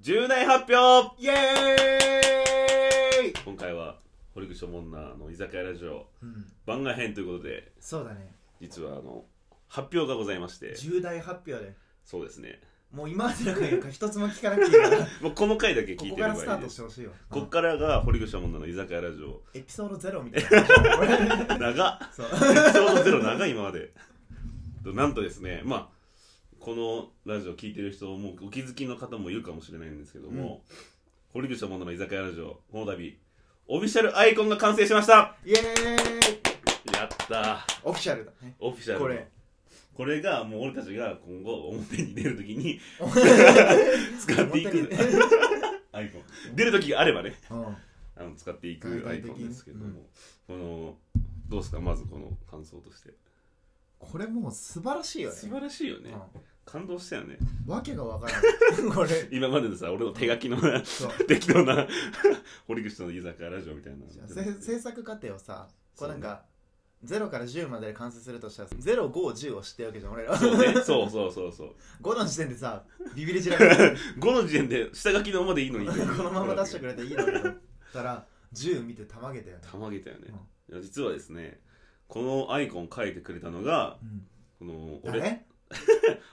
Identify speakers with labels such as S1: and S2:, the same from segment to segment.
S1: 重大発表
S2: イエーイ、
S1: 今回は堀口とモンナーの居酒屋ラジオ
S2: うん、
S1: 番外編ということで
S2: そうだね
S1: 実はあの発表がございまして
S2: 重大発表で
S1: そうですね
S2: もう今までの回が一つも聞かなくていいから
S1: もうこの回だけ
S2: こ
S1: 聞い
S2: こ
S1: て
S2: か
S1: れば
S2: ら
S1: い
S2: スタ
S1: い
S2: ー
S1: で
S2: ト
S1: す
S2: してほしいよ
S1: こっからが堀口とモンナーの居酒屋ラジオ
S2: うんエピソードゼロみたいな
S1: 長っ
S2: そう
S1: エピソードゼロ長い今までなんとですねまあこのラジオ聞いてる人もお気づきの方もいるかもしれないんですけども、堀口とモンナーの居酒屋ラジオこの度オフィシャルアイコンが完成しました
S2: イエーイ
S1: やったー
S2: オフィシャルだね
S1: オフィシャルの
S2: これ
S1: これがもう俺たちが今後表に出るときに 使ってい
S2: 表に
S1: くアイコン出るときがあればね
S2: うん
S1: あの使っていくアイコンですけども、このどうですかまずこの感想として
S2: これもう素晴らしいよね
S1: 素晴らしいよね、感動したよね
S2: うんわけが わからないこれ
S1: 今までのさ俺の手書きの
S2: そう
S1: 適当な堀口との居酒屋ラジオみたいな
S2: じゃあせ制作過程をさこうなんか0から10までで完成するとしたら050を知ってるわけじゃん俺ら
S1: そうねそうそうそうそう
S2: 5の時点でさビビり散らかしてる
S1: 5の時点で下書きのままでいいのに
S2: このまま出してく
S1: れ
S2: れていいのにだっ たら10見てたまげてよね
S1: たまげたよね、いや実はですねこのアイコン書いてくれたのがこの俺
S2: 誰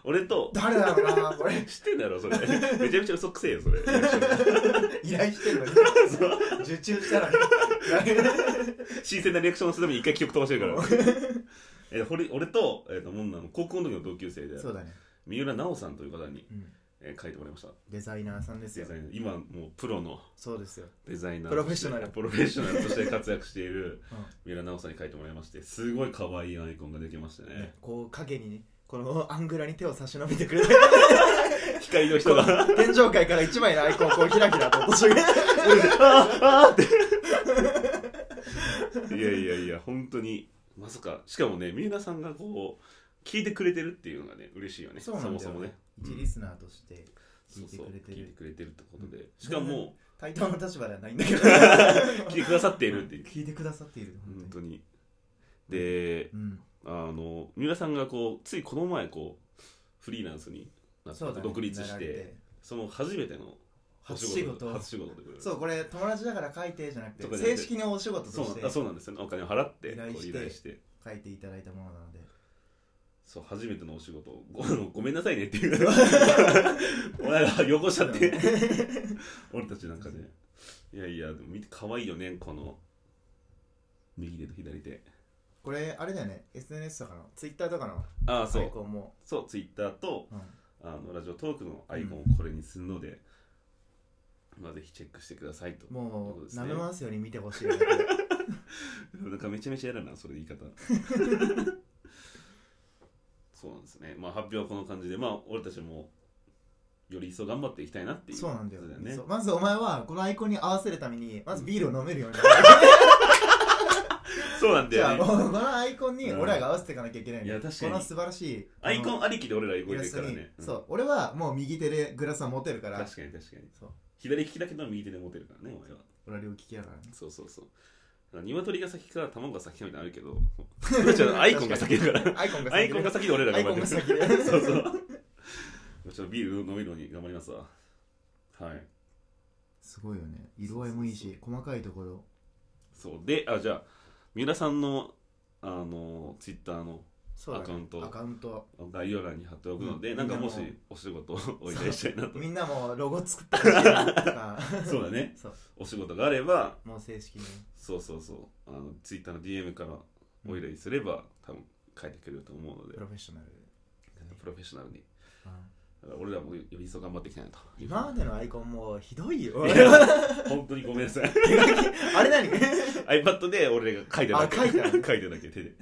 S1: 俺と
S2: 誰だろうなこれ
S1: 知ってんだろそれめちゃめちゃ嘘くせえよそれ
S2: 依頼してるのに
S1: そう
S2: 受注したらね
S1: 新鮮なリアクションをするために一回記憶飛ばしてるから えほれ俺と,、えー、とモンナの高校の時の同級生で
S2: そうだね、
S1: 三浦奈緒さんという方に、
S2: うん
S1: えー書いてもらいました
S2: デザイナーさんです
S1: デ
S2: よ
S1: ザイナー今もうプロの
S2: そうですよ
S1: デザイナー
S2: プロフェッショナル
S1: プロフェッショナルとして活躍している
S2: うん
S1: 三浦奈緒さんに書いてもらいましてすごい可愛いアイコンができましたね
S2: ねこう影にねこのアングラに手を差し伸べてくれた
S1: 光の人が
S2: 天井界から一枚のアイコンをこうひらひらと落としてくれ
S1: ああって いやいやいや本当にまさかしかもね三浦さんがこう聞いてくれてるっていうのがね嬉しいよね
S2: そうなんだよ、ね、
S1: もそもね
S2: 一リスナーとして
S1: そ
S2: 聞
S1: う
S2: いて
S1: そう
S2: くれて
S1: 聞いて
S2: る
S1: くれてるってことでしかも
S2: 対等の立場ではないんだ けど
S1: 聞いてくださっているっていう
S2: 聞いてくださっている
S1: 本
S2: 本当
S1: 当
S2: に
S1: にで
S2: うん
S1: あの三浦さんがこうついこの前こうフリーランスになって
S2: そうだね
S1: 独立し
S2: なられ
S1: てその初めてのお
S2: 初仕事
S1: 初仕事でございます
S2: そうこれ友達だから書いてじゃなく
S1: とか
S2: て
S1: じゃな
S2: 正
S1: くて
S2: 式にお仕事
S1: そ
S2: と
S1: うな
S2: し
S1: ん
S2: て
S1: あそうなんですよねお金を払って
S2: 依頼
S1: こう
S2: して
S1: 依頼して
S2: 書いていただいたものなので
S1: そう初めてのお仕事ご あのごめんなさいねって いう俺が汚しちゃって
S2: そう
S1: 俺たちなんかねいやいやでも見て可愛いよねこの右手と左手
S2: これあれだよね SNS とかの Twitter とかの
S1: ああそ
S2: アイ
S1: う
S2: コンも
S1: そうツイッターと
S2: うん
S1: あのラジオトークのアイコンをこれにするので、まあぜひチェックしてくださいと
S2: も
S1: そうで
S2: う
S1: すね
S2: 舐め回すように見てほしいよね
S1: なんかめちゃめちゃ嫌だなそれ言い方 そうなんですねまあ発表はこの感じでまあ俺たちもより一層頑張っていきたいなっていう
S2: そうなんだよ
S1: ことね
S2: そうまずお前はこのアイコンに合わせるためにまずビールを飲めるように
S1: そうなんだ
S2: じゃあ
S1: よ
S2: も
S1: ね
S2: うこのアイコンに俺らが合わせていかなきゃいけない,、
S1: うんいや確かに
S2: この素晴らしい
S1: アイコ
S2: あの
S1: ンありきで俺ら動い
S2: イ
S1: て
S2: ラ
S1: る
S2: ス
S1: か
S2: ト
S1: ら
S2: に、
S1: ね、うん
S2: そう俺はもう右手でグラスは持てるから
S1: 確かに確かに
S2: そう
S1: 左利きだけど右手で持てるからねお前は
S2: 俺は両利きやからね
S1: そうそうそうだから鶏が先か卵が先かみたいなのあるけど俺た ちはアイコンが先だから
S2: アイコンが先
S1: アイコンが先で俺らが
S2: アイコ
S1: 頑
S2: ン
S1: 張
S2: が
S1: って
S2: 先で
S1: る そうそうちょっとビール飲めるのに頑張りますわはい
S2: すごいよね色合いもいいし細かいところ
S1: そうであじゃあ三浦さんのあのツイッターの
S2: そうだね
S1: アカウント
S2: アカウント
S1: 概要欄に貼っておくので、
S2: うん
S1: なんかもし
S2: みんなも
S1: お仕事を お依頼したいなと
S2: みんなもロゴ作ってほしいなと か
S1: そうだね
S2: そう
S1: お仕事があれば
S2: もう正式に
S1: そうそうそうあのツイッターの DM からお依頼すれば、多分書いてくれると思うので
S2: プロフェッショナル、
S1: プロフェッショナルに
S2: うん
S1: だから俺らもより一層頑張っていきたいなと
S2: 今までのアイコンもうひどいよ
S1: いや本当にごめんなさい
S2: あれ何
S1: iPad で俺が書いてだけ
S2: あ書いた
S1: 書いてだけ手で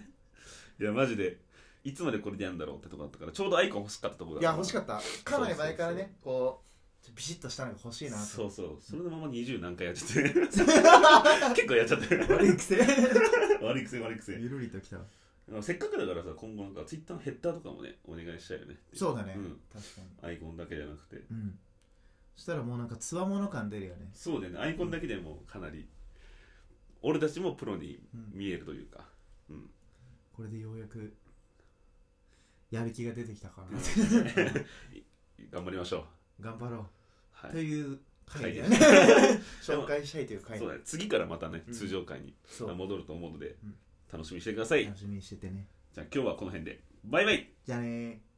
S1: いやマジでいつまでこれでやるんだろうってとこだったからちょうどアイコン欲しかったところ
S2: いや欲しか
S1: っ
S2: ったかなり前からねこうちょビシッとしたのが欲しいなと
S1: そうそうそれのまま20何回やっちゃ って結構やっちゃって
S2: 悪い癖
S1: 悪い癖悪い癖
S2: ゆるりときた
S1: せっかくだからさ今後なんか Twitter のヘッダーとかもねお願いしたいよね
S2: そうだね、
S1: うん
S2: 確かに
S1: アイコンだけじゃなくて
S2: うんそしたらもうなんかつわもの感出るよね
S1: そうだよねアイコンだけでもかなり俺たちもプロに見えるというか、うん、
S2: これでようやく やる気が出てきたかな
S1: 頑張りましょう
S2: 頑張ろ
S1: は
S3: と
S1: い
S3: いう回で
S1: 回 で
S2: 紹介したいという回
S1: そうだね次からまたね
S2: うん
S1: 通常回に
S2: そう
S1: 戻ると思うので
S2: うん
S1: 楽しみにしてください
S3: 楽しみにしててね
S1: じゃあ今日はこの辺でバイバイ
S3: じゃあねー